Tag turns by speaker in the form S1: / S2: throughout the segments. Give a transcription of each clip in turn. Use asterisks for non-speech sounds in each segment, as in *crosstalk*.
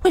S1: 惠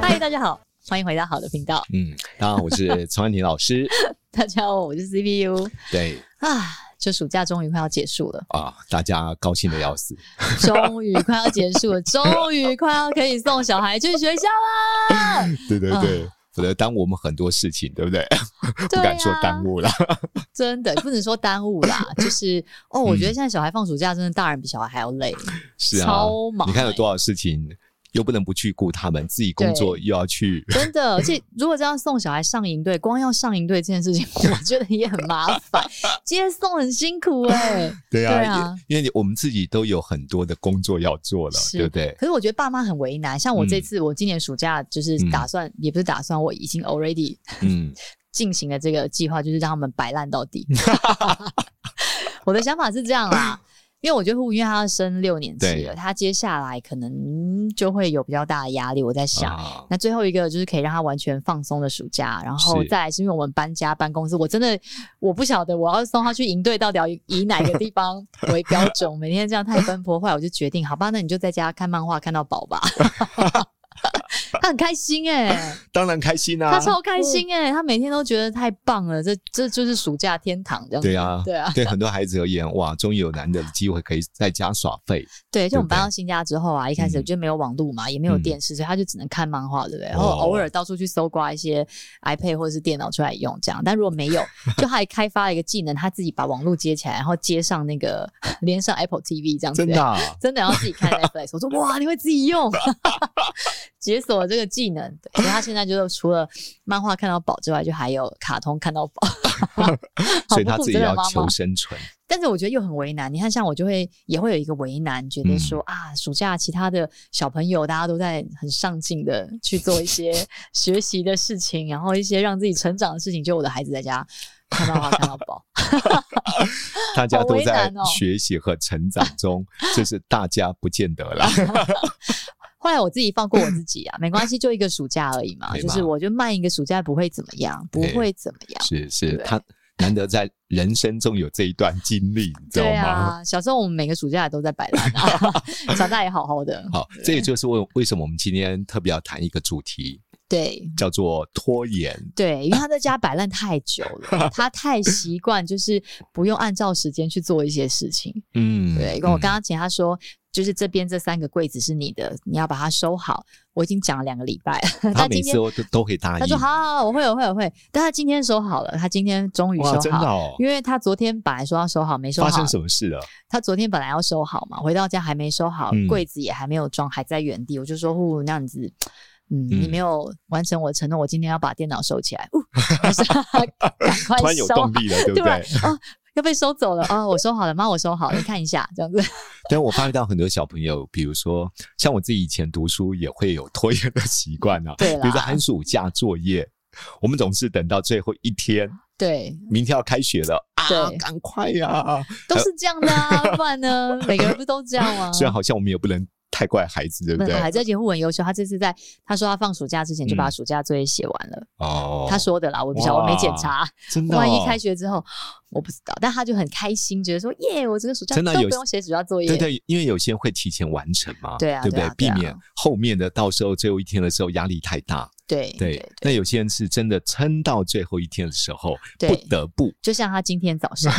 S2: 嗨，大家好，欢迎回到好的频道。
S3: 嗯，当然我是陈安婷老 *laughs* 师，
S2: 大家好，我是 CPU
S3: 对
S2: 啊。这暑假终于快要结束了，
S3: 啊，大家高兴的要死，
S2: 终于快要结 *laughs* 束了，终于快要可以送小孩去学校啦！
S3: 对对对，否则耽误我们很多事情，对嗯不对？不
S2: 对
S3: 敢说
S2: 啊
S3: 耽误了，
S2: 真的不能说耽误 *laughs* 啦，就是哦，我觉得现在小孩放暑假，真的大人比小孩还要累。
S3: 是啊
S2: 超，忙
S3: 你看有
S2: 欸
S3: 多少事情，又不能不去顾他们，自己工作又要去，
S2: 真的，而且如果这样送小孩上营队，光要上营队这件事情，我觉得也很麻 *laughs* 烦，接送很辛苦哎、
S3: 对
S2: 对
S3: 啊
S2: 啊，
S3: 因因为我们自己都有很多的工作要做了，
S2: 是
S3: 对不 *laughs* 对？
S2: 可是我觉得爸妈很为难，像我这次，我今年暑假就是
S3: 嗯
S2: 打算，也不是打算，我已经 already
S3: 嗯，
S2: 进行了这个计划，就是让他们摆烂到
S3: *laughs*
S2: 底。 *laughs* 我的想法是这样啦，因为我觉得护因为他要升六年级了，
S3: 对
S2: 他接下来可能就会有比较大的压力。我在想，
S3: 啊，
S2: 那最后一个就是可以让他完全放松的暑假，然后
S3: 是
S2: 再来是因为我们搬家搬公司，我真的我不晓得我要送他去营队到底要以哪个地
S3: *laughs*
S2: 方为标准，每天这样太奔波，后来我就决定，好吧，那你就在家看漫画看到饱
S3: *laughs*
S2: 吧。他很开心哎、
S3: 当然开心啊
S2: 他，超开心哎、他每天都觉得太棒了，这这就是暑假天堂这样子。
S3: 对啊，
S2: 对啊，
S3: 对很多孩子而言，哇，终于有难得的机会可以在家耍废，
S2: 对，就我
S3: 对
S2: 们
S3: 不对嗯
S2: 搬到新家之后啊，一开始就没有网络嘛，也没有电视，所以他就只能看漫画，对不对？然后
S3: 哦
S2: 偶尔到处去搜刮一些 iPad 或者是电脑出来用，这样。但如果没有，就他还开发了一个技能，他自己把网络接起来，然后接上那个连上 Apple TV 这样子。
S3: 真的啊、
S2: 真的要自己看 Netflix，我说
S3: *laughs*
S2: 哇，你会自己用， *laughs* 解锁了这个技能。对所以他现在就是除了漫画看到饱之外，就还有卡通看到饱， *laughs* 好
S3: *laughs* 所以
S2: 不
S3: 他
S2: 负
S3: 自己
S2: 责任
S3: 要
S2: 妈妈
S3: 求。
S2: *laughs*
S3: 生存。
S2: 但是我觉得又很为难。你看，像我就会也会有一个为难，觉得
S3: 嗯
S2: 说、啊，暑假其他的小朋友大家都在很上进的去做一
S3: *laughs*
S2: 些学习的事情，然后一些让自己成长的事情，就我的孩子在家看漫画看到饱。
S3: 大家
S2: 好
S3: 都
S2: 为
S3: 在
S2: 难哦
S3: 学习和成长
S2: *laughs*
S3: 中，这是大家不见得啦。
S2: 后来我自己放过我自己啊，没关系，就一个暑假而已
S3: *laughs*
S2: 嘛，
S3: 对
S2: 就
S3: 嘛
S2: 是我就慢一个暑假不会怎么样，不会怎么样。
S3: 是是，
S2: 对
S3: 他难得在人生中有这一段经历，你知道
S2: 对
S3: 吗？
S2: 啊， *laughs* 小时候我们每个暑假也都在摆烂啊， *laughs* 长大也好好的。
S3: 好，这也就是为为什么我们今天特别要谈一个主题，
S2: 对
S3: 叫做拖延。
S2: 对，因为他在家摆烂太久
S3: *laughs*
S2: 了，他太习惯就是不用按照时间去做一些事情。
S3: 嗯
S2: 对，跟我刚刚讲，他说就是这边这三个柜子是你的，你要把它收好。我已经讲了两个礼拜了，
S3: 嗯他
S2: 但
S3: 每
S2: 今
S3: 次
S2: 天
S3: 都都都会答
S2: 他
S3: 应，
S2: 说好好好，我会我会我会，但他今天收好了，他今天终于
S3: 哇，
S2: 收
S3: 真的
S2: 好。
S3: 哦，
S2: 因为他昨天本来说要收好，没收
S3: 发
S2: 好
S3: 生。什
S2: *laughs*
S3: 么事了？
S2: 他昨天本来要收好嘛，回到家还没收好，
S3: 嗯
S2: 柜子也还没有装，还在原地。我就说：“呼，那样子，嗯，
S3: 嗯
S2: 你没有完成我的承诺，我今天要把电脑收起来。呜我
S3: *laughs*
S2: 说赶快
S3: 突然有
S2: 收
S3: 动
S2: 好，
S3: 力了，对
S2: *laughs*
S3: 不
S2: 突然
S3: 对？
S2: 哦，要被收走了哦，我收好了，妈，我收好了，你看一下，这样子。 *laughs*
S3: 但我发觉到很多小朋友，比如说像我自己以前读书也会有拖延的习惯啊，
S2: 对
S3: 比如说
S2: 啦
S3: 寒暑假作业，我们总是等到最后一天，
S2: 对，
S3: 明天要开学了啊，
S2: 对嗯
S3: 赶快呀、
S2: 都是这样的啊，不然呢，每个人不都这样
S3: *laughs*
S2: 吗？
S3: 虽然好像我们也不能太怪孩子，啊对不
S2: 那
S3: 对？嗯
S2: 孩子而且会很优秀，他这次在他说他放暑假之前就把暑假作业写完了，
S3: 哦，
S2: 他说的啦，我不晓得，我没检
S3: 哇
S2: 查。
S3: 真的、哦，
S2: 万一开学之后，我不知道，但他就很开心，觉得说耶，我这个暑假
S3: 真的
S2: 都
S3: 有
S2: 不用写暑假作业。
S3: 对对，因为有些人会提前完成嘛，
S2: 对啊
S3: 对不
S2: 对啊
S3: 避
S2: 对啊
S3: 免后面的到时候最后一天的时候压力太大，
S2: 对
S3: 对
S2: 对，
S3: 那有些人是真的撑到最后一天的时候，
S2: 对
S3: 不得不
S2: 就像他今天早
S3: *laughs*
S2: 上，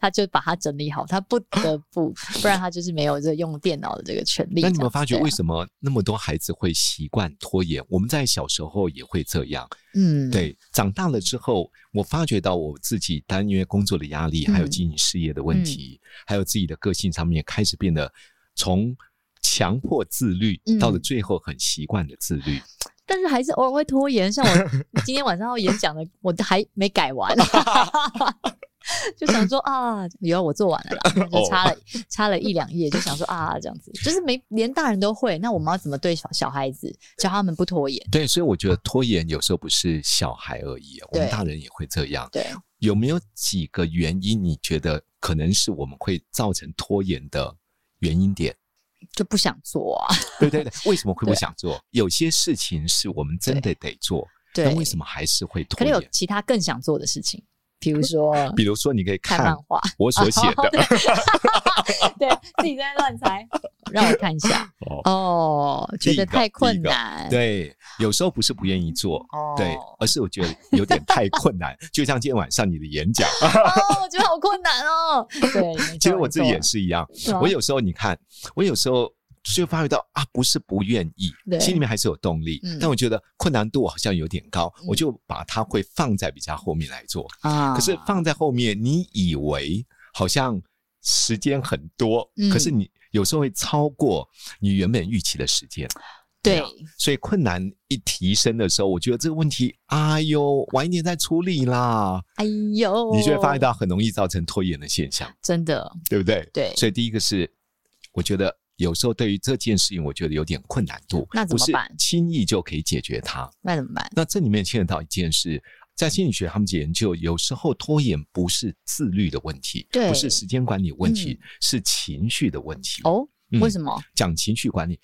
S2: 他就把它整理好，他不得不，不然他就是没有这用电脑的这个权利。
S3: 那你有没有发觉为
S2: 么？
S3: 什么那么多孩子会习惯拖延？我们在小时候也会这样。
S2: 嗯，，
S3: 对，长大了之后，我发觉到我自己单因为工作的压力，还有
S2: 嗯
S3: 经营事业的问题，还有自己的个性上面，开始变得从强迫自律，
S2: 嗯
S3: 到了最后很习惯的自律。
S2: 但是还是偶尔会拖延。像
S3: *laughs*
S2: 我今天晚上要演讲的，我还没改完，就想说啊，有我做完了
S3: *laughs*
S2: 啦，
S3: 哦
S2: 就差了、差了一两页，就想说啊，这样子就是没连大人都会，那我们要怎么对小小孩子，教他们不拖延？
S3: 对，所以我觉得拖延有时候不是小孩而已，我们
S2: 对
S3: 大人也会这样。
S2: 对，
S3: 有没有几个原因？你觉得可能是我们会造成拖延的原因点？
S2: 就不想做
S3: *laughs*
S2: 啊。 *laughs*
S3: 对对对，为什么会不
S2: 对
S3: 想做？有些事情是我们真的得做，
S2: 对，
S3: 但为什么还是会
S2: 可
S3: 拖
S2: 能有
S3: 延？
S2: 其他更想做的事情，比如说
S3: *laughs* 比如说，你可以
S2: 看
S3: 看
S2: 漫
S3: *laughs*
S2: 画，
S3: 我所写的，
S2: *laughs* 对自己在乱猜，让我看一下哦，觉
S3: 第一
S2: 得
S3: 个
S2: 太
S3: 第
S2: 困
S3: 一个
S2: 难，
S3: 对，有时候不是不愿意做，
S2: 哦
S3: 对，而是我觉得有点太困难。 *laughs* 就像今天晚上你的演
S2: *laughs*
S3: 讲，
S2: 哦，我觉得好困难哦。对，
S3: *laughs*
S2: 没
S3: 其实
S2: 错
S3: 我自己也，是一样。我
S2: 有
S3: 有时候你看，我有时候就发觉到啊，不是不愿意，
S2: 对
S3: 心里面还是有动力，
S2: 嗯
S3: 但我觉得困难度好像有点高，
S2: 嗯
S3: 我就把它会放在比较后面来做。
S2: 啊
S3: 可是放在后面，你以为好像时间很多，
S2: 嗯
S3: 可是你有时候会超过你原本预期的时间。啊
S2: 对
S3: 所以困难一提升的时候，我觉得这个问题，哎呦，晚一点再处理啦，
S2: 哎呦，
S3: 你就会发现到很容易造成拖延的现象，
S2: 真的
S3: 对不对？
S2: 对
S3: 所以第一个是，我觉得有时候对于这件事情，我觉得有点困难度，
S2: 那怎么办
S3: 不是轻易就可以解决它。
S2: 那怎么办？
S3: 那这里面牵扯到一件事。在心理学，他们研究有时候拖延不是自律的问题，
S2: 对
S3: 不是时间管理问题，
S2: 嗯
S3: 是情绪的问题。
S2: 哦，
S3: 嗯
S2: 为什么
S3: 讲情绪管理，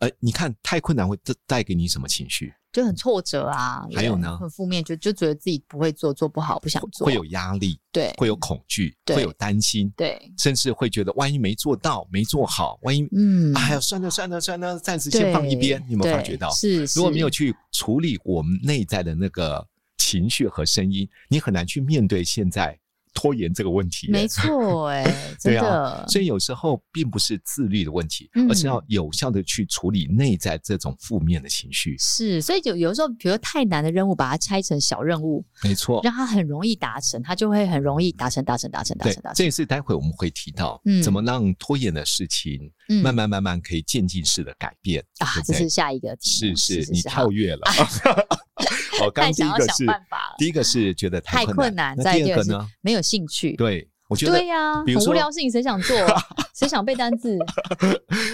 S3: 呃，你看太困难会带带给你什么情绪？
S2: 就很挫折啊？
S3: 还有呢
S2: 很负面，就就觉得自己不会做，做不好，不想做，
S3: 会有压力，
S2: 对
S3: 会有恐惧，
S2: 对
S3: 会有担心，
S2: 对，
S3: 甚至会觉得万一没做到、没做好，万一、
S2: 嗯，
S3: 哎呀，算了算了算了，暂时
S2: 对，
S3: 先放一边。你有没有发
S2: 对
S3: 觉到？
S2: 是，
S3: 如果
S2: 是
S3: 没有去处理我们内在的那个情绪和声音，你很难去面对现在拖延这个问题耶。
S2: 没
S3: *laughs*
S2: 错，哎，真
S3: 对啊
S2: 的，，
S3: 所以有时候并不是自律的问题，
S2: 嗯
S3: 而是要有效的去处理内在这种负面的情绪。
S2: 是，所以有有时候，比如太难的任务，把它拆成小任务，
S3: 没错，
S2: 让它很容易达成，它就会很容易达成，达成，达成，达
S3: 对
S2: 成，达，成。
S3: 这也是待会我们会提到，
S2: 嗯
S3: 怎么让拖延的事情
S2: 嗯
S3: 慢慢慢慢可以渐进式的改变
S2: 啊
S3: 对，不
S2: 这
S3: 对
S2: 是下一个题
S3: 是
S2: 目，
S3: 是
S2: 是
S3: 你
S2: 好
S3: 跳跃了。 *laughs* 哦，刚
S2: 但
S3: 第一
S2: 啊想要
S3: 个
S2: 想
S3: 是
S2: 办法了
S3: 第一个是觉得
S2: 太
S3: 困
S2: 困难，
S3: 那
S2: 再
S3: 第
S2: 第
S3: 二
S2: 二
S3: 个
S2: 是
S3: 呢？
S2: 没有兴趣。
S3: 对，我觉得
S2: 对呀、
S3: 比如
S2: 很
S3: 说
S2: 无聊的事情谁想做？啊谁想背单字？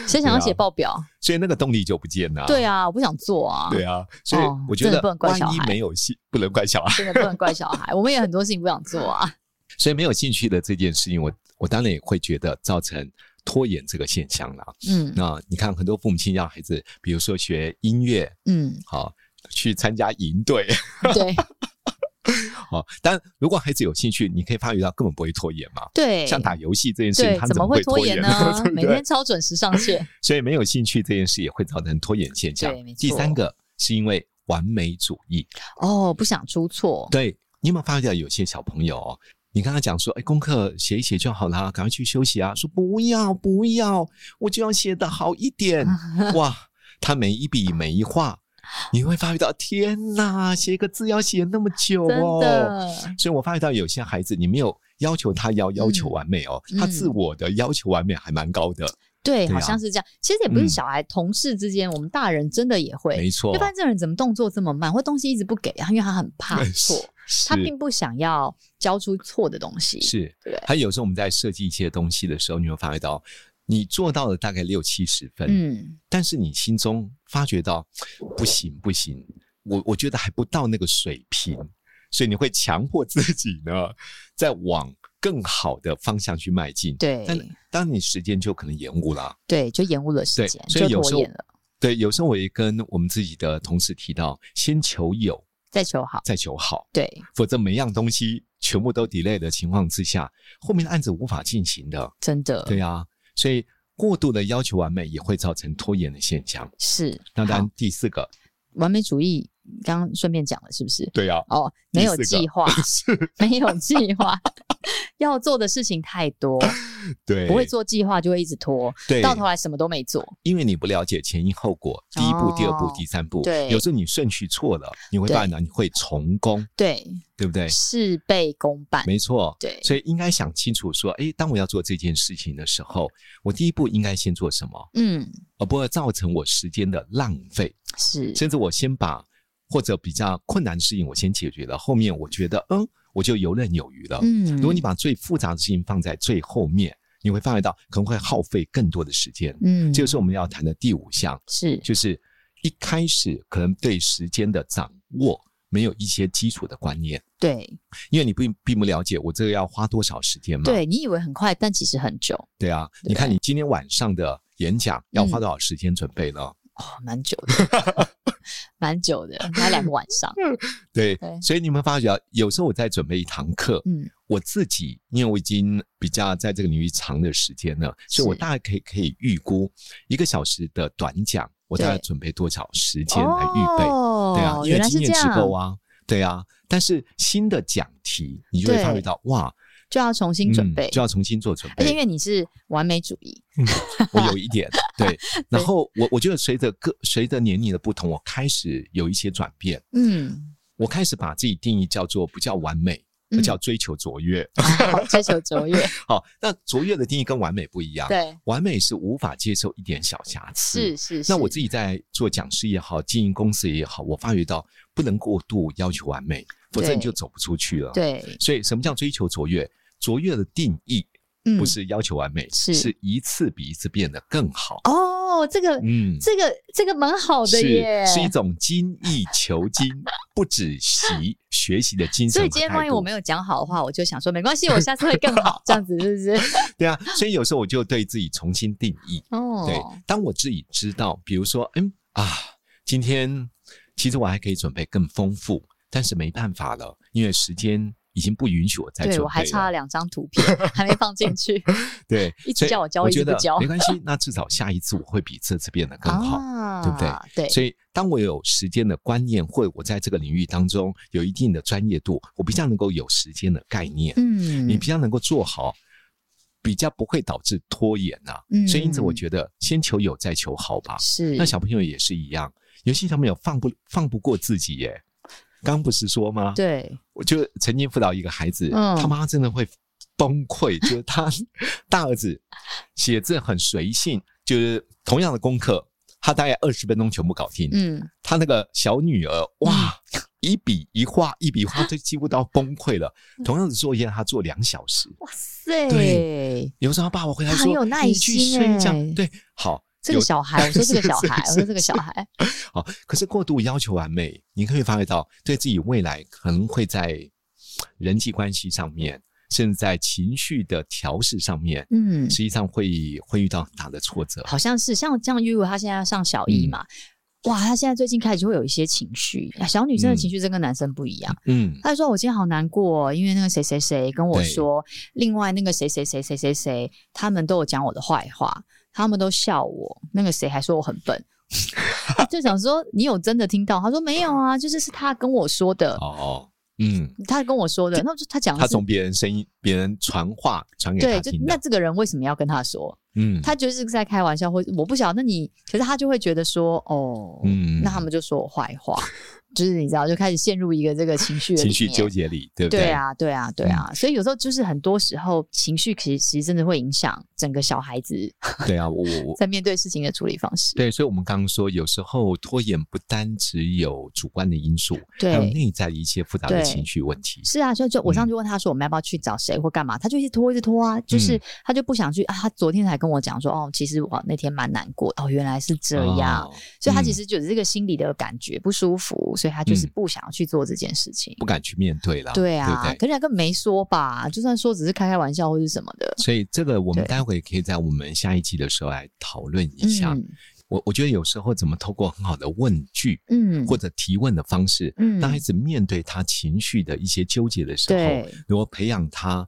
S2: 谁
S3: 啊
S2: 想要写报表？
S3: 所以那个动力就不见了。
S2: 对啊，我不想做啊。
S3: 对啊，所以
S2: 哦
S3: 我觉
S2: 真的
S3: 得
S2: 不能怪
S3: 万
S2: 小
S3: 一
S2: 孩
S3: 没有兴，不能怪小孩，
S2: 真的不能怪小孩，我们也很多事情不想做
S3: *laughs*
S2: 啊。
S3: 所以没有兴趣的这件事情，我我当然也会觉得造成拖延这个现象了。
S2: 嗯
S3: 那你看，很多父母亲让孩子，比如说学音乐，
S2: 嗯，
S3: 好、去参加营队， *laughs*
S2: 对
S3: 哦，但如果孩子有兴趣，你可以发觉到根本不会拖延嘛。
S2: 对，
S3: 像打游戏这件事情，
S2: 对
S3: 他
S2: 怎
S3: 么
S2: 么会拖
S3: 延
S2: 延呢 *laughs*
S3: *laughs* 对不？
S2: 每
S3: 对
S2: 天超准时上线，
S3: 所以没有兴趣这件事也会造成拖延现象
S2: 对没。错
S3: 第三个是因为完美主义，
S2: 哦，不想出错。
S3: 对你有没有发觉到有些小朋友、哦？你跟他讲说，哎，功课写一写就好啦，赶快去休息啊。说不要不要，我就要写的好一
S2: *laughs*
S3: 点。哇，他每一笔每一画，你会发觉到，天哪，写个字要写那么久
S2: 真
S3: *laughs* 哦。
S2: 的，
S3: 所以我发觉到有些孩子，你没有要求他要要求完美哦，
S2: 嗯
S3: 他自我的要求完美还蛮高的，
S2: 对，
S3: 对
S2: 好
S3: 啊
S2: 像是这样。其实也不是
S3: 嗯
S2: 小孩，同事之间，我们大人真的也会，
S3: 没错
S2: 就发。现这个人怎么动作这么慢，或东西一直不给啊他，因为他
S3: *laughs*
S2: 很怕错，他
S3: 是
S2: 并不想要交出错的东西。
S3: 是
S2: 对，
S3: 还有时候我们在设计一些东西的时候，你会发觉到，你做到了大概六七十分，
S2: 嗯，
S3: 但是你心中发觉到不行不行，我我觉得还不到那个水平，所以你会强迫自己呢， *laughs* 再往更好的方向去迈进。
S2: 对
S3: 但当你时间就可能延误了。
S2: 对，就延误了时
S3: 对
S2: 间，，
S3: 所
S2: 就
S3: 以有
S2: 拖
S3: 时候
S2: 延了，
S3: 对，有时候我也跟我们自己的同事提到，先求有，
S2: 再求好。
S3: 再求好，
S2: 对，
S3: 否则每样东西全部都 delay 的情况之下，后面的案子无法进行的。
S2: 真的，
S3: 对啊，所以过度的要求完美也会造成拖延的现象。
S2: 是。
S3: 那当
S2: 好
S3: 然，第四个
S2: 完美主义刚刚顺便讲了，是不是？
S4: 对
S3: 啊
S4: 呀、
S2: 哦，
S4: 第
S2: 没有
S4: 四个
S2: 计划，没有计划， *laughs* 要做的事情太多，
S3: 对，
S2: 不会做计划就会一直拖，
S3: 对，
S2: 到头来什么都没做。
S3: 因为你不了解前因后果，第一步、第二步
S2: 哦、
S3: 第三步，
S2: 对
S3: 有时候你顺序错了，你会
S2: 对
S3: 大脑你会重工，
S2: 对，
S3: 对不对？
S2: 事倍功半。
S3: 没错，
S2: 对
S3: 所以应该想清楚说，诶，当我要做这件事情的时候，我第一步应该先做什么，
S2: 嗯，
S3: 而不会造成我时间的浪费，
S2: 是
S3: 甚至我先把或者比较困难的事情我先解决了，后面我觉得嗯，我就游刃有余了。
S2: 嗯
S3: 如果你把最复杂的事情放在最后面，你会发觉到可能会耗费更多的时间。
S2: 嗯，
S3: 这就是我们要谈的第五项，
S2: 是
S3: 就是一开始可能对时间的掌握没有一些基础的观念。
S2: 对，
S3: 因为你并并不了解我这个要花多少时间嘛。
S2: 对你以为很快，但其实很久，
S3: 对啊，你看你今天晚上的演讲要花多少时间准备呢？
S2: 哦，蛮久的，
S3: *laughs*
S2: 蛮久的，才两个晚上。
S3: 对，
S2: 对
S3: 所以你们发觉，有时候我在准备一堂课，
S2: 嗯
S3: 我自己因为我已经比较在这个领域长的时间了，所以我
S2: 是
S3: 大概可以可以预估一个小时的短讲，我大概
S2: 对
S3: 准备多少时间来预备？
S2: 哦、
S3: 对啊，因
S2: 原
S3: 为
S2: 来
S3: 经
S2: 是
S3: 验
S2: 这
S3: 之
S2: 样，
S3: 够啊，对啊。但是新的讲题，你就会发觉
S2: 对
S3: 到哇，
S2: 就要重新准备。
S3: 嗯就要重新做准备。
S2: 而且因为你是完美主义，
S3: 我有一点
S2: *laughs*
S3: 对，然后我我觉得随着个随着年龄的不同，我开始有一些转变，
S2: 嗯，
S3: 我开始把自己定义叫做不叫完美，而
S2: 嗯
S3: 叫追求卓越。 *laughs*
S2: 啊好追求卓越，
S3: 好，那卓越的定义跟完美不一样，，
S2: 对，
S3: 完美是无法接受一点小瑕疵。
S2: 是是是。
S3: 嗯那我自己在做讲师也好，经营公司也好，我发觉到不能过度要求完美，否则
S2: 对
S3: 你就走不出去了。，
S2: 对，
S3: 所以什么叫追求卓越？卓越的定义
S2: 嗯，
S3: 不是要求完美，
S2: 是
S3: 是一次比一次变得更好。
S2: 哦，这个、
S3: 嗯，
S2: 这个这个蛮好的耶，
S3: 是是一种精益求精、不止习学习的精
S2: 所
S3: 神
S2: 以
S3: 和态度。
S2: 今
S3: 嗯
S2: 天万一我没有讲好的话，我就想说没关系，我下次会更
S3: *laughs*
S2: 好，这样子是不是？
S3: 对啊，所以有时候我就对自己重新定义。
S2: 哦，
S3: 对，当我自己知道，比如说，嗯啊，今天其实我还可以准备更丰富，但是没办法了，因为时间已经不允许我再准备
S2: 对
S3: 了。
S2: 我还差了两张图片，还没放进
S3: *laughs*
S2: 去。
S3: 对，
S2: 一直
S3: 所以
S2: 叫我交
S3: 我
S2: 一直
S3: 觉
S2: 不
S3: 得
S2: 交
S3: 没关系，那至少下一次我会比这次变得更好。
S2: 啊
S3: 对不对？
S2: 对，
S3: 所以，当我有时间的观念，或者我在这个领域当中有一定的专业度，我比较能够有时间的概念，
S2: 嗯，
S3: 你比较能够做好，比较不会导致拖延呐、
S2: 嗯
S3: 所以，因此我觉得先求有，再求好吧。
S2: 是
S3: 那小朋友也是一样，有些小朋友放不放不过自己耶。刚不是说吗？
S2: 对
S3: 我就曾经辅导一个孩子，
S2: 嗯
S3: 他妈真的会崩溃，就是他大儿子写字很随性，就是同样的功课，他大概二十分钟全部搞定。
S2: 嗯，
S3: 他那个小女儿哇，一笔一画，一笔一画，都几乎都要崩溃了。同样的作业，他做两小时。
S2: 嗯哇塞，
S3: 对有时候他爸爸回来
S2: 他
S3: 说：“
S2: 很有耐
S3: 你去
S2: 心
S3: 睡觉。
S2: 欸”
S3: 对，好，
S2: 这个
S3: 有
S2: 小孩，我说这个小
S3: 是 *laughs*
S2: 孩，我说这个小孩，
S3: 好，可是过度要求完美，你可以发觉到对自己未来可能会在人际关系上面，甚至在情绪的调试上面，
S2: 嗯
S3: 实，际上会会遇到很大的挫折。
S2: 好像是像像 U 他现在要上小一
S3: 嗯
S2: 嘛，哇，他现在最近开始就会有一些情绪，小女生的情绪真跟男生不一样。
S3: 嗯，
S2: 他就说：“我今天好难过、哦，因为那个谁谁谁跟我
S3: 对
S2: 说，另外那个谁谁谁谁谁谁，他们都有讲我的坏话，他们都笑我，那个谁还说我很笨。” *laughs* 就想说你有真的听到？他说没有啊，就是是他跟我说的，
S3: 哦，嗯，
S2: 他跟我说的。那我就他讲的
S3: 他
S2: 是
S3: 从别人声音、别人传话传给
S2: 对，
S3: 他
S2: 就
S3: 听
S2: 那
S3: 的，
S2: 这个人为什么要跟他说？
S3: 嗯，
S2: 他就是在开玩笑，或我不晓得。那你可是他就会觉得说，哦，
S3: 嗯
S2: 那他们就说我坏话，
S3: *laughs*
S2: 就是你知道，就开始陷入一个这个情绪的
S3: 情
S2: 里
S3: 绪
S2: 面
S3: 纠结里，对不嗯
S2: 对啊，对啊，对啊，所以有时候就是很多时候情绪其实其实真的会影响整个小孩子
S3: 对啊，我我我
S2: 在面对事情的处理方式。
S3: 对，所以我们刚刚说，有时候拖延不单只有主观的因素，还有
S2: 对
S3: 内在的一些复杂的
S2: 对
S3: 情绪问题。
S2: 是啊，所以就我上次问他说我们要不要去找谁或干嘛，他就一直拖一直拖啊，就是
S3: 嗯嗯
S2: 他就不想去啊。他昨天才跟我讲说，哦，其实我那天蛮难过，哦，原来是这样，
S3: 哦
S2: 所以他
S3: 嗯
S2: 其实就是这个心里的感觉不舒服，所以他就是
S3: 嗯
S2: 不想要去做这件事情。
S3: 不敢去面对了，
S2: 对
S3: 嗯对不
S2: 啊，
S3: 对
S2: 可是他根本没说吧，就算说只是开开玩笑或是什么的，
S3: 所以这个我们
S2: 对
S3: 待会可以在我们下一集的时候来讨论一下。
S2: 嗯
S3: 我我觉得有时候怎么透过很好的问句
S2: 嗯，
S3: 或者提问的方式，
S2: 嗯
S3: 让孩子面对他情绪的一些纠结的时候
S2: 对，
S3: 如果培养他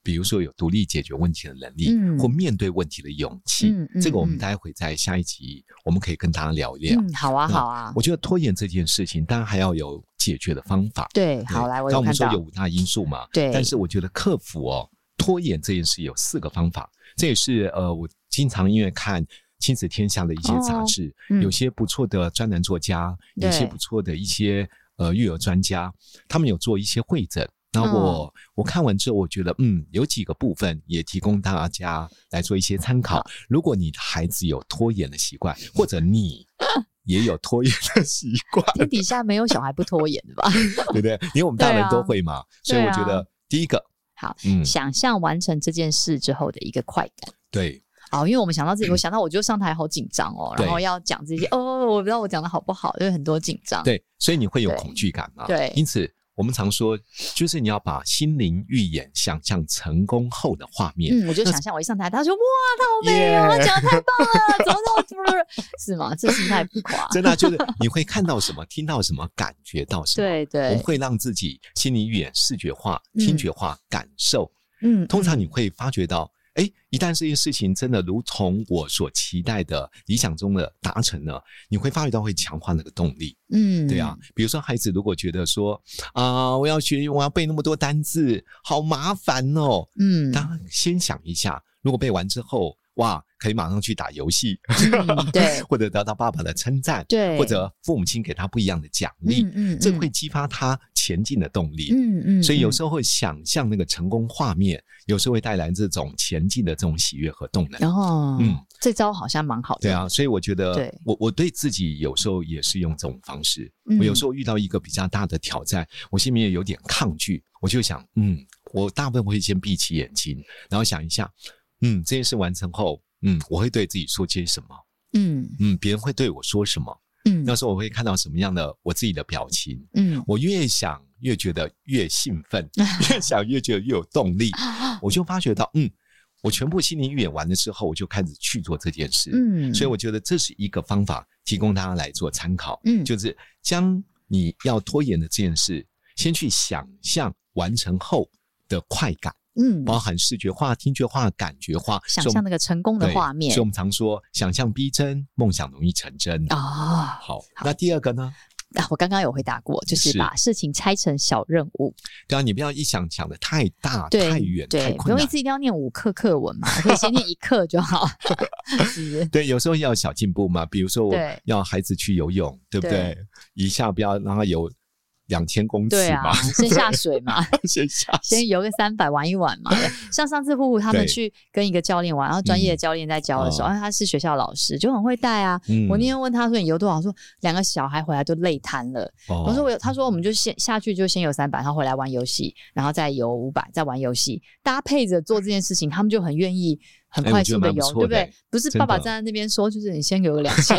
S3: 比如说有独立解决问题的能力，
S2: 嗯
S3: 或面对问题的勇气。
S2: 嗯嗯
S3: 这个我们
S2: 嗯
S3: 待会在下一集我们可以跟大家聊一聊。
S2: 嗯，好啊，好啊，
S3: 我觉得拖延这件事情，当然还要有解决的方法。
S2: 对，
S3: 对
S2: 好来，我
S3: 刚
S2: 有
S3: 我
S2: 看
S3: 们说
S2: 到
S3: 有，五大因素嘛，
S2: 对
S3: 但是我觉得克服哦拖延这件事有四个方法，这也是呃我经常因为看。亲子天下的一些杂
S2: 哦
S3: 志，
S2: 嗯
S3: 有些不错的专栏作家，有些
S2: 对
S3: 不错的一些呃育儿专家，他们有做一些会诊。那我、
S2: 哦
S3: 我看完之后，我觉得嗯，有几个部分也提供大家来做一些参考。如果你的孩子有拖延的习惯，或者
S2: *laughs*
S3: 你也有拖延的习惯，
S2: 天底下没有小孩不拖延的吧？
S3: 对不对？因为我们大
S2: 对
S3: 人
S2: 啊
S3: 都会嘛，所以
S2: 对
S3: 我觉
S2: 啊
S3: 得第一个，
S2: 好，*laughs*
S3: 嗯，
S2: 想象完成这件事之后的一个快感。
S3: 对，
S2: 哦，因为我们想到自己，我想到我就上台好紧张哦，
S3: 嗯对
S2: 然后要讲这些哦，我不知道我讲的好不好，因为很多紧张。，
S3: 对，所以你会有
S2: 对
S3: 恐惧感嘛？
S2: 对
S3: 因此我们常说，就是你要把心灵预演想象成功后的画面。
S2: 嗯，我就想象我一上台，他说哇，他好美哦，
S3: 耶
S2: 讲的太棒了，怎么那么怎么是吗？这是太浮
S3: *laughs*
S2: 夸。
S3: 真的啊、就是你会看到什么，听到什么，感觉到什么。，
S2: 对
S3: 我们
S2: 对，
S3: 会让自己心理预演视觉化、
S2: 嗯
S3: 听觉化、感受。
S2: 嗯，
S3: 通常你会发觉到，哎、一旦这些事情真的如同我所期待的、理想中的达成了，你会发觉到会强化那个动力。
S2: 嗯，
S3: 对啊，比如说孩子如果觉得说啊、我要学，我要背那么多单字，好麻烦哦。
S2: 嗯，
S3: 当然先想一下，如果背完之后，哇，可以马上去打游戏，
S2: 嗯对
S3: *laughs* 或者得到爸爸的称赞，
S2: 对
S3: 或者父母亲给他不一样的奖励，
S2: 嗯嗯，
S3: 这
S2: 嗯
S3: 会激发他前进的动力。
S2: 嗯嗯，
S3: 所以有
S2: 嗯
S3: 时候会想象那个成功画面，有时候会带来这种前进的这种喜悦和动能。
S2: 然后
S3: 嗯
S2: 嗯，这招好像蛮好的。
S3: 对啊，，所以我觉得
S2: 对
S3: 我我对自己有时候也是用这种方式。
S2: 嗯
S3: 我有时候遇到一个比较大的挑战，我心里面有点抗拒，我就想，嗯，我大部分会先闭起眼睛，然后想一下，嗯，这件事完成后，嗯，我会对自己说些什么？
S2: 嗯
S3: 嗯，别人会对我说什么？
S2: 嗯
S3: 那时候我会看到什么样的我自己的表情？
S2: 嗯
S3: 我越想越觉得越兴奋，
S2: *laughs*
S3: 越想越觉得越有动力，我就发觉到，嗯，我全部心灵预演完了之后，我就开始去做这件事。
S2: 嗯，
S3: 所以我觉得这是一个方法，提供大家来做参考。
S2: 嗯
S3: 就是将你要拖延的这件事，先去想象完成后的快感，
S2: 嗯
S3: 包含视觉化、听觉化、感觉化，
S2: 想
S3: 所以我
S2: 象
S3: 们
S2: 那个成功的
S3: 对
S2: 画面
S3: 所以我们常说，想象逼真，梦想容易成真。
S2: 啊。
S3: 好，那第二个呢？
S2: 啊，我刚刚有回答过，就是
S3: 是
S2: 把事情拆成小任务，
S3: 对啊，你不要一想想的太大、
S2: 对
S3: 啊太远、太
S2: 对，不
S3: 困
S2: 用一
S3: 难。
S2: 次一定要念五课课文嘛，可以先念一课就好。是
S3: 对，有时候要小进步嘛，比如说我
S2: 对
S3: 要孩子去游泳，对不对？一下不要让他游两千公尺
S2: 对啊
S3: 嘛，，
S2: 先下水嘛，
S3: *laughs* 先下
S2: 先游个三百玩一玩
S3: *laughs*
S2: 嘛。像上次呼呼他们
S3: 对
S2: 去跟一个教练玩，然后专业的教练在教的时候，
S3: 嗯
S2: 啊他是学校老师，就很会带啊。
S3: 嗯
S2: 我那天问他说你游多少，他说两个小孩回来都累瘫了。
S3: 哦
S2: 我说我有，他说我们就先下去就先游三百，然后回来玩游戏，然后再游五百，再玩游戏，搭配着做这件事情，他们就很愿意很
S3: 哎我
S2: 快
S3: 觉
S2: 速的
S3: 得蛮不
S2: 游，
S3: 错
S2: 对不
S3: 的
S2: 对？不是
S3: 真
S2: 爸爸
S3: 的
S2: 站在那边说，就是你先游个两千，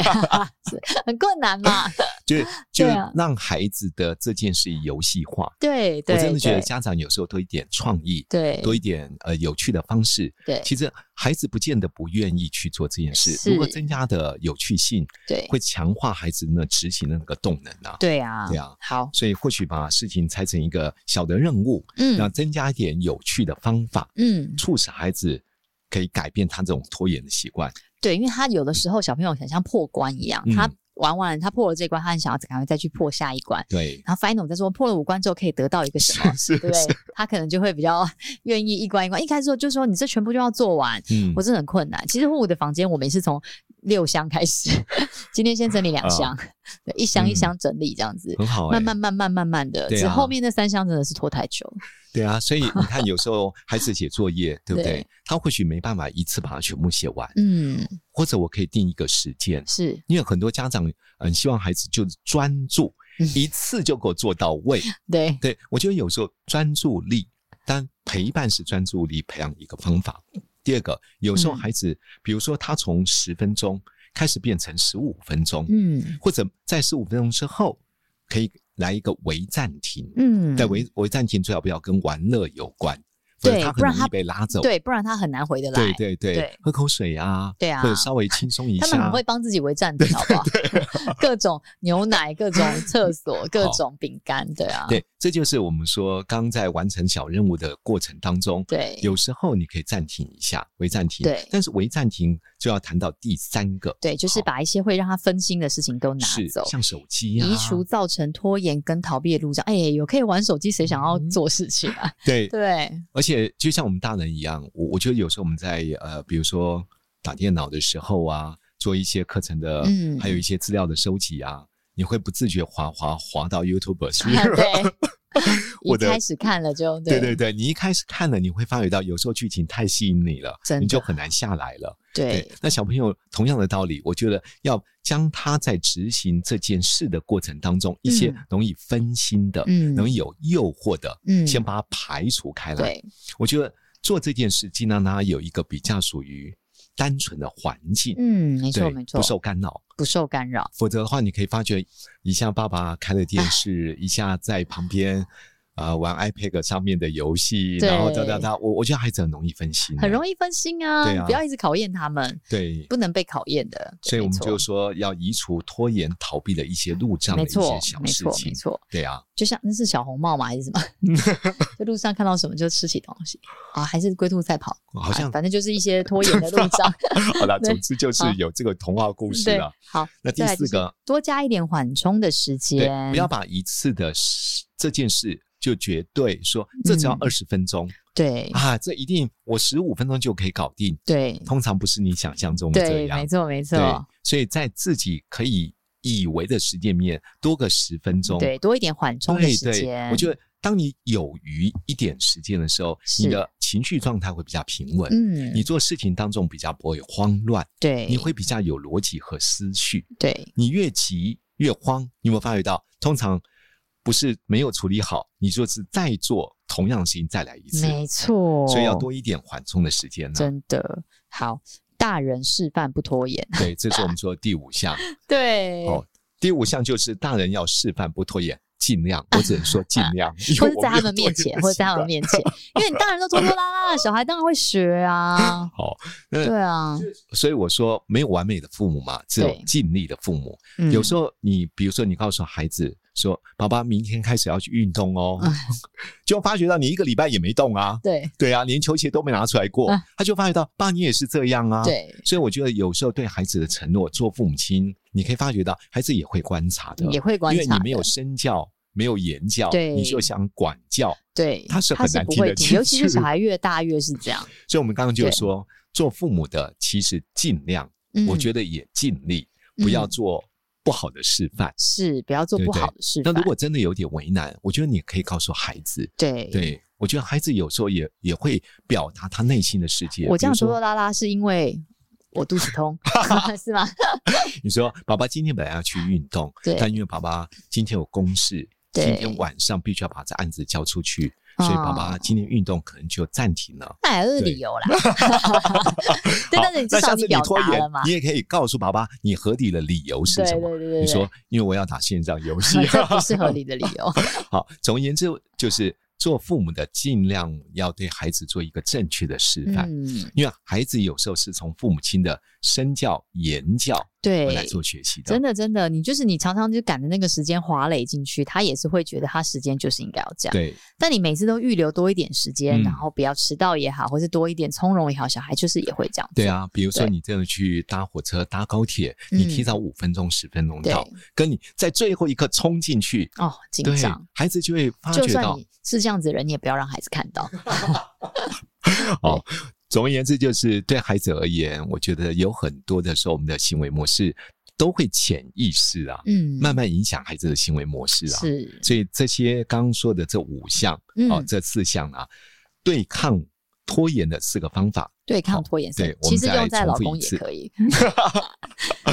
S2: 是很困难嘛？ *laughs*
S3: 就是就
S2: 对
S3: 是
S2: 啊
S3: 让孩子的这件事游戏化。
S2: 对
S3: *laughs* 我
S2: 对，
S3: 真的觉得
S2: 对
S3: 家长有时候多一点创意，
S2: 对
S3: 多一点呃有趣的方式。
S2: 对
S3: 其实孩子不见得不愿意去做这件事，
S2: 是
S3: 如果增加的有趣性，
S2: 对
S3: 会强化孩子呢执行的那个动能啊。
S2: 对啊，
S3: 对啊
S2: 好，
S3: 所以或许把事情拆成一个小的任务，那
S2: 嗯
S3: 增加一点有趣的方法，
S2: 嗯，
S3: 促使孩子可以改变他这种拖延的习惯。
S2: 对，因为他有的时候小朋友很像破关一样，
S3: 嗯
S2: 他玩完他破了这关，他很想要赶快再去破下一关。 *laughs*
S3: 对，
S2: 然后 final 再说破了五关之后可以得到一个什么，
S3: *laughs* 是
S2: 对不对？他可能就会比较 *laughs* 愿意一关一关。一开始就说你这全部就要做完，
S3: 嗯
S2: 我真的很困难。其实我的房间我们也是从六箱开始， *laughs* 今天先整理两
S3: 啊
S2: 箱， *laughs* 对，一箱一箱整理这样子。
S3: 很好、欸，
S2: 慢慢慢慢慢慢的，
S3: 对啊
S2: 只后面那三箱真的是拖太久。
S3: 对啊，所以你看，有时候孩子写作业，对不对？
S2: 对
S3: 他或许没办法一次把它全部写完，
S2: 嗯，
S3: 或者我可以定一个时间，
S2: 是
S3: 因为很多家长嗯、希望孩子就是专注，
S2: 嗯
S3: 一次就给我做到
S2: *laughs*
S3: 位。
S2: 对，
S3: 对我觉得有时候专注力，但陪伴是专注力培养一个方法。第二个，有时候
S2: 嗯
S3: 孩子，比如说他从十分钟开始变成十五分钟，
S2: 嗯
S3: 或者在十五分钟之后可以来一个微暂停，
S2: 嗯，
S3: 在微微暂停最好不要跟玩乐有关，否则
S2: 对
S3: 他
S2: 不
S3: 很
S2: 然
S3: 容
S2: 他
S3: 易被拉走。
S2: 对，不然他很难回得来。
S3: 对对对
S2: 对
S3: 喝口水啊，
S2: 对啊
S3: 或者稍微轻松一
S2: *laughs* 他们很
S3: 下
S2: 会。帮自己为战队，好不好？ *laughs* 各种牛奶，各种厕
S3: *laughs*
S2: 所，各种饼干，对啊，
S3: 对，这就是我们说刚在完成小任务的过程当中，
S2: 对
S3: 有时候你可以暂停一下，微暂停。
S2: 对
S3: 但是微暂停就要谈到第三个，
S2: 对就是
S3: 好
S2: 把一些会让他分心的事情都拿
S3: 是
S2: 走，
S3: 像手机啊，
S2: 移除造成拖延跟逃避的路障。哎，有可以玩手机，谁想
S3: 嗯
S2: 要做事情啊？ *laughs*
S3: 对， *laughs*
S2: 对，
S3: 而且就像我们大人一样，我我觉得有时候我们在呃，比如说打电脑的时候啊，做一些课程的，
S2: 嗯
S3: 还有一些资料的收集啊，你会不自觉滑滑滑到
S2: *laughs*
S3: YouTube 去。 *laughs*
S2: 对，一
S3: 我的
S2: 开始看了就
S3: 对对对，你一开始看了，你会发觉到有时候剧情太吸引你了
S2: 真，的
S3: 你就很难下来了。
S2: 对，
S3: 那小朋友同样的道理，我觉得要将他在执行这件事的过程当中，一些
S2: 嗯
S3: 容易分心的、
S2: 嗯
S3: 容易有诱惑的，
S2: 嗯
S3: 先把它排除开来。
S2: 对，
S3: 我觉得做这件事，尽量让它有一个比较属于单纯的环境，
S2: 嗯，没
S3: 对，
S2: 错没错，
S3: 不受干扰。
S2: 不受干扰，
S3: 否则的话，你可以发觉一下爸爸开了电视，一下在旁边。呃，玩 iPad 上面的游戏，
S2: 对
S3: 然后哒哒哒，我我觉得孩子很容易分心，
S2: 很容
S3: 易。
S2: 易分心啊！
S3: 嗯对啊
S2: 不要一直考验他们，
S3: 对，
S2: 不能被考验的。对
S3: 所以我们
S2: 没错
S3: 就说要移除拖延、逃避的一些路障的
S2: 没
S3: 一
S2: 错
S3: 些小
S2: 没
S3: 事
S2: 错
S3: 情
S2: 没。错，
S3: 对啊，
S2: 就像那是小红帽吗？还是
S3: *laughs*
S2: 什么？就路上看到什么就吃起东西啊？还是龟兔赛跑？啊
S3: 好像
S2: 反反正就是一些拖延的路障。
S3: *laughs* 好啦，
S2: 对
S3: 总之就是
S2: 好
S3: 有这个童话故事
S2: 对
S3: 了。，
S2: 好，
S3: 那第
S2: 再来就
S3: 四
S2: 是
S3: 个，
S2: 多加一点缓冲的时
S3: 对
S2: 间，，
S3: 不要把一次的事这件事就绝对说这只要
S2: 嗯
S3: 二十分钟、
S2: 对
S3: 啊，这一定我十五分钟就可以搞定。
S2: 对
S3: 通常不是你想象中的这
S2: 对，
S3: 样
S2: 没，错没
S3: 对
S2: 错，
S3: 所以在自己可以以为的时间里面多个十分钟，
S2: 对，多一点缓冲的
S3: 对
S2: 时
S3: 对
S2: 间，，
S3: 我觉得当你有余一点时间的时候，你
S2: 是
S3: 的情绪状态会比较平稳，
S2: 嗯，
S3: 你做事情当中比较不会慌乱，
S2: 对
S3: 你会比较有逻辑和思绪。
S2: 对
S3: 你越急越慌，你有没有发觉到？通常不是没有处理好，你就是再做同样的事情再来一次，
S2: 没错，
S3: 所以要多一点缓冲的时间呢、
S2: 真的好。大人示范不拖延，
S3: 对，这是我们说的第五项。
S2: 对
S3: 哦，第五项就是大人要示范不拖延，尽量，我只能说尽量，因
S2: *laughs* 或
S3: 为
S2: 者
S3: 我
S2: 在
S3: 没
S2: 他
S3: 有
S2: 们
S3: 拖
S2: 面
S3: 延的
S2: 前，或者在他们
S3: 习惯。 *laughs*
S2: 面前，因为你大人都拖拖拉拉，小孩当然会学啊。
S3: *laughs* 好，
S2: 对
S3: 那
S2: 啊，
S3: 所以我说没有完美的父母嘛，只有
S2: 对
S3: 尽力的父母。
S2: 嗯
S3: 有时候你比如说你告诉孩子说：“爸爸，明天开始要去运动哦。”
S2: 嗯
S3: 就发觉到你一个礼拜也没动啊。
S2: 对
S3: 对啊，连球鞋都没拿出来过，
S2: 啊
S3: 他就发觉到爸，你也是这样啊。，
S2: 对，
S3: 所以我觉得有时候对孩子的承诺，做父母亲，你可以发觉到孩子也会观察的，
S2: 也会观
S3: 啊因为
S2: 察
S3: 你没有
S2: 的
S3: 身教，没有言教，
S2: 对
S3: 你就想管教，
S2: 对，
S3: 他是
S2: 他
S3: 很
S2: 是
S3: 难
S2: 不
S3: 听
S2: 会
S3: 得
S2: 听，
S3: 进
S2: 尤其是
S3: 去
S2: 小孩越大越是这样。
S3: 所以我们刚刚就
S2: 对
S3: 说，做父母的其实尽量， *laughs* 我觉
S2: 得
S3: 得也尽力，不要
S2: 嗯
S3: 做不好的示范。
S2: 是不要做
S3: 对
S2: 不
S3: 对
S2: 好的示
S3: 那
S2: 范。
S3: 如果真的有点为难，我觉得你可以告诉孩子，
S2: 对
S3: 对我觉得孩子有时候也也会表达他内心的世界。
S2: 我这样
S3: 比如
S2: 拖拖
S3: 说
S2: 拉拉是因为我肚子
S3: *laughs*
S2: 痛，是吗？
S3: 你说爸爸今天本来要去运动
S2: 啊对，
S3: 但因为爸爸今天有公事，今
S2: 对
S3: 天晚上必须要把这案子交出去，所以
S2: 哦
S3: 爸爸今天运动可能就暂停了。
S2: 那也是
S3: 对
S2: 理由啦。 *laughs* 对，但是你
S3: 那
S2: 至少
S3: 下次你
S2: 表
S3: 拖
S2: 达
S3: 延
S2: 了嘛，？
S3: 你也可以告诉爸爸你合理的理由是
S2: 对
S3: 什
S2: 对
S3: 么。
S2: 对对，
S3: 你
S2: 对
S3: 说，因为我要打线上
S2: *laughs*
S3: 游戏。啊
S2: 这不是合理的理由。
S3: *laughs* 好，总而言之，就是做父母的尽量要对孩子做一个正确的示范，
S2: 嗯，
S3: 因为孩子有时候是从父母亲的身教、言教
S2: 对，
S3: 来做学习的。
S2: 真的，真的，你就是你常常就赶着那个时间划累进去，他也是会觉得他时间就是应该要这样。
S3: 对，
S2: 但你每次都预留多一点时间，
S3: 嗯
S2: 然后不要迟到也好，或是多一点从容也好，小孩就是也会这样。
S3: 对，啊，比如说
S2: 对
S3: 你真的去搭火车、搭高铁，
S2: 嗯
S3: 你提早五分钟、十分钟
S2: 对
S3: 到，跟你在最后一刻冲进去，
S2: 哦，紧
S3: 对
S2: 张。，
S3: 孩子就会发
S2: 就
S3: 啊觉
S2: 算
S3: 到
S2: 你。是这样子的人，你也不要让孩子看到。
S3: 哦，总而言之，就是对孩子而言，我觉得有很多的时候，我们的行为模式都会潜意识啊，
S2: 嗯，
S3: 慢慢影响孩子的行为模式啊。
S2: 是，
S3: 所以这些刚刚说的这五项，哦
S2: 嗯，
S3: 这四项啊，对抗拖延的四个方法。
S2: 对抗
S3: 好
S2: 拖延症
S3: 对，我
S2: 其
S3: 们
S2: 实
S3: 再
S2: 用在
S3: 重
S2: 老
S3: 复一
S2: 公也
S3: 次
S2: 可
S3: *laughs*
S2: 以，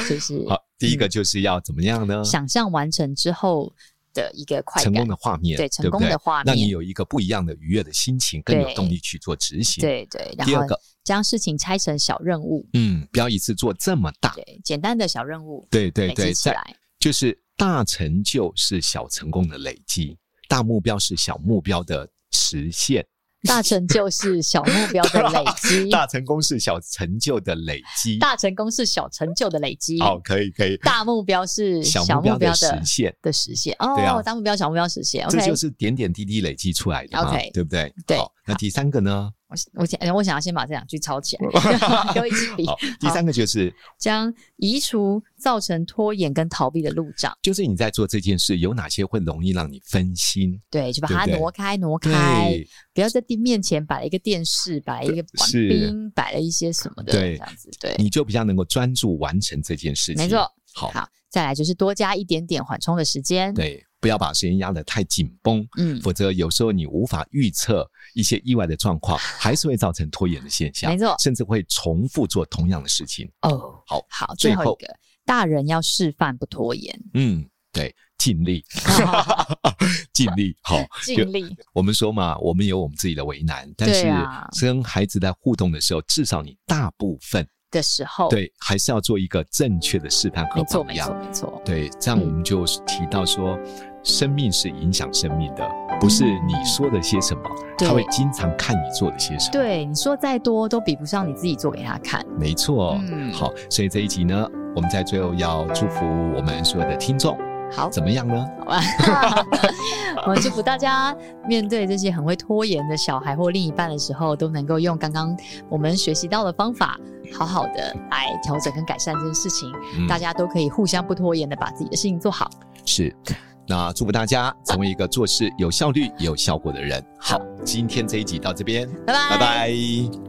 S2: 就是
S3: 好，第一个
S2: 嗯
S3: 就是要怎么样呢？
S2: 想象完成之后的一个快
S3: 成
S2: 感
S3: 功。的画面，
S2: 对成功
S3: 不对
S2: 的画面
S3: 让你有一个不一样的愉悦的心情，更有
S2: 对
S3: 动力去做执行。，
S2: 对对，然
S3: 第二
S2: 后
S3: 个
S2: 将事情拆成小任务，
S3: 嗯，不要一次做这么大。
S2: 对，简单的小任务，
S3: 对对
S2: 累积
S3: 对，
S2: 起
S3: 在
S2: 来，
S3: 就是大成就是小成功的累积，大目标是小目标的实现。
S2: 大成就是小目标
S3: *laughs*
S2: 的累积，
S3: 大成功是小成就的累积。
S2: 嗯大成功是小成就的累积，
S3: 好，可以可以。
S2: 大目标是
S3: 小
S2: 小
S3: 目标
S2: 目标
S3: 的
S2: 的
S3: 实现，
S2: 的实现。
S3: 对啊
S2: 哦，大目标小目标实现
S3: 这
S2: ，OK
S3: 就。是点点滴滴累积出来的嘛
S2: OK，
S3: 对不对？
S2: 对
S3: 好，那第三个呢？
S2: 我我想我想要先把这两句抄起
S3: *laughs*
S2: 来， *laughs* 有一支笔
S3: 好，，第三个就是
S2: 将移除造成拖延跟逃避的路障，
S3: 就是你在做这件事有哪些会容易让你分心？
S2: 对，就把
S3: 对
S2: 它
S3: 不对
S2: 挪开挪开，
S3: 对
S2: 不要在地面前摆了一个电视，摆了一个管
S3: 是
S2: 冰，摆了一些什么的，
S3: 对
S2: 这样子，对，
S3: 你就比较能够专注完成这件事情。
S2: 没错。
S3: 好，
S2: 好，再来就是多加一点点缓冲的时间，，
S3: 对，不要把时间压得太紧绷，
S2: 嗯，
S3: 否则有时候你无法预测一些意外的状况，还是会造成拖延的现象。
S2: 没错
S3: 甚至会重复做同样的事情。
S2: 哦，
S3: 好，
S2: 好，
S3: 最
S2: 最
S3: 后
S2: 后一个，大人要示范不拖
S3: *laughs*
S2: 延，
S3: 嗯，对，
S2: *laughs*
S3: 尽力，尽力，好，就
S2: 尽力，
S3: 我们说嘛，我们有我们自己的为难，但
S2: 对
S3: 是
S2: 啊
S3: 跟孩子在互动的时候，至少你大部分
S2: 的时候，，
S3: 对还是要做一个正确的示范
S2: 哦
S3: 和
S2: 没错，
S3: 榜
S2: 没错，
S3: 样。
S2: 没错，
S3: 对，这样我
S2: 嗯
S3: 们就提到说，生命是影响生命的，不是你说的些什么，
S2: 嗯对
S3: 他会经常看你做的些什么。，
S2: 对，你说再多都比不上你自己做给他看，
S3: 没错。哦
S2: 嗯
S3: 好，所以这一集呢，我们在最后要祝福我们所有的听众，
S2: 好，
S3: 怎么样呢？
S2: 好吧，我们祝福大家面对这些很会拖延的小孩或另一半的时候，都能够用刚刚我们学习到的方法，好好的来调整跟改善这件事情。
S3: 嗯
S2: 大家都可以互相不拖延的把自己的事情做好。
S3: 是。那祝福大家成为一个做事有效率、有效果的人。好，今天这一集到这边，
S2: 拜拜，
S3: 拜拜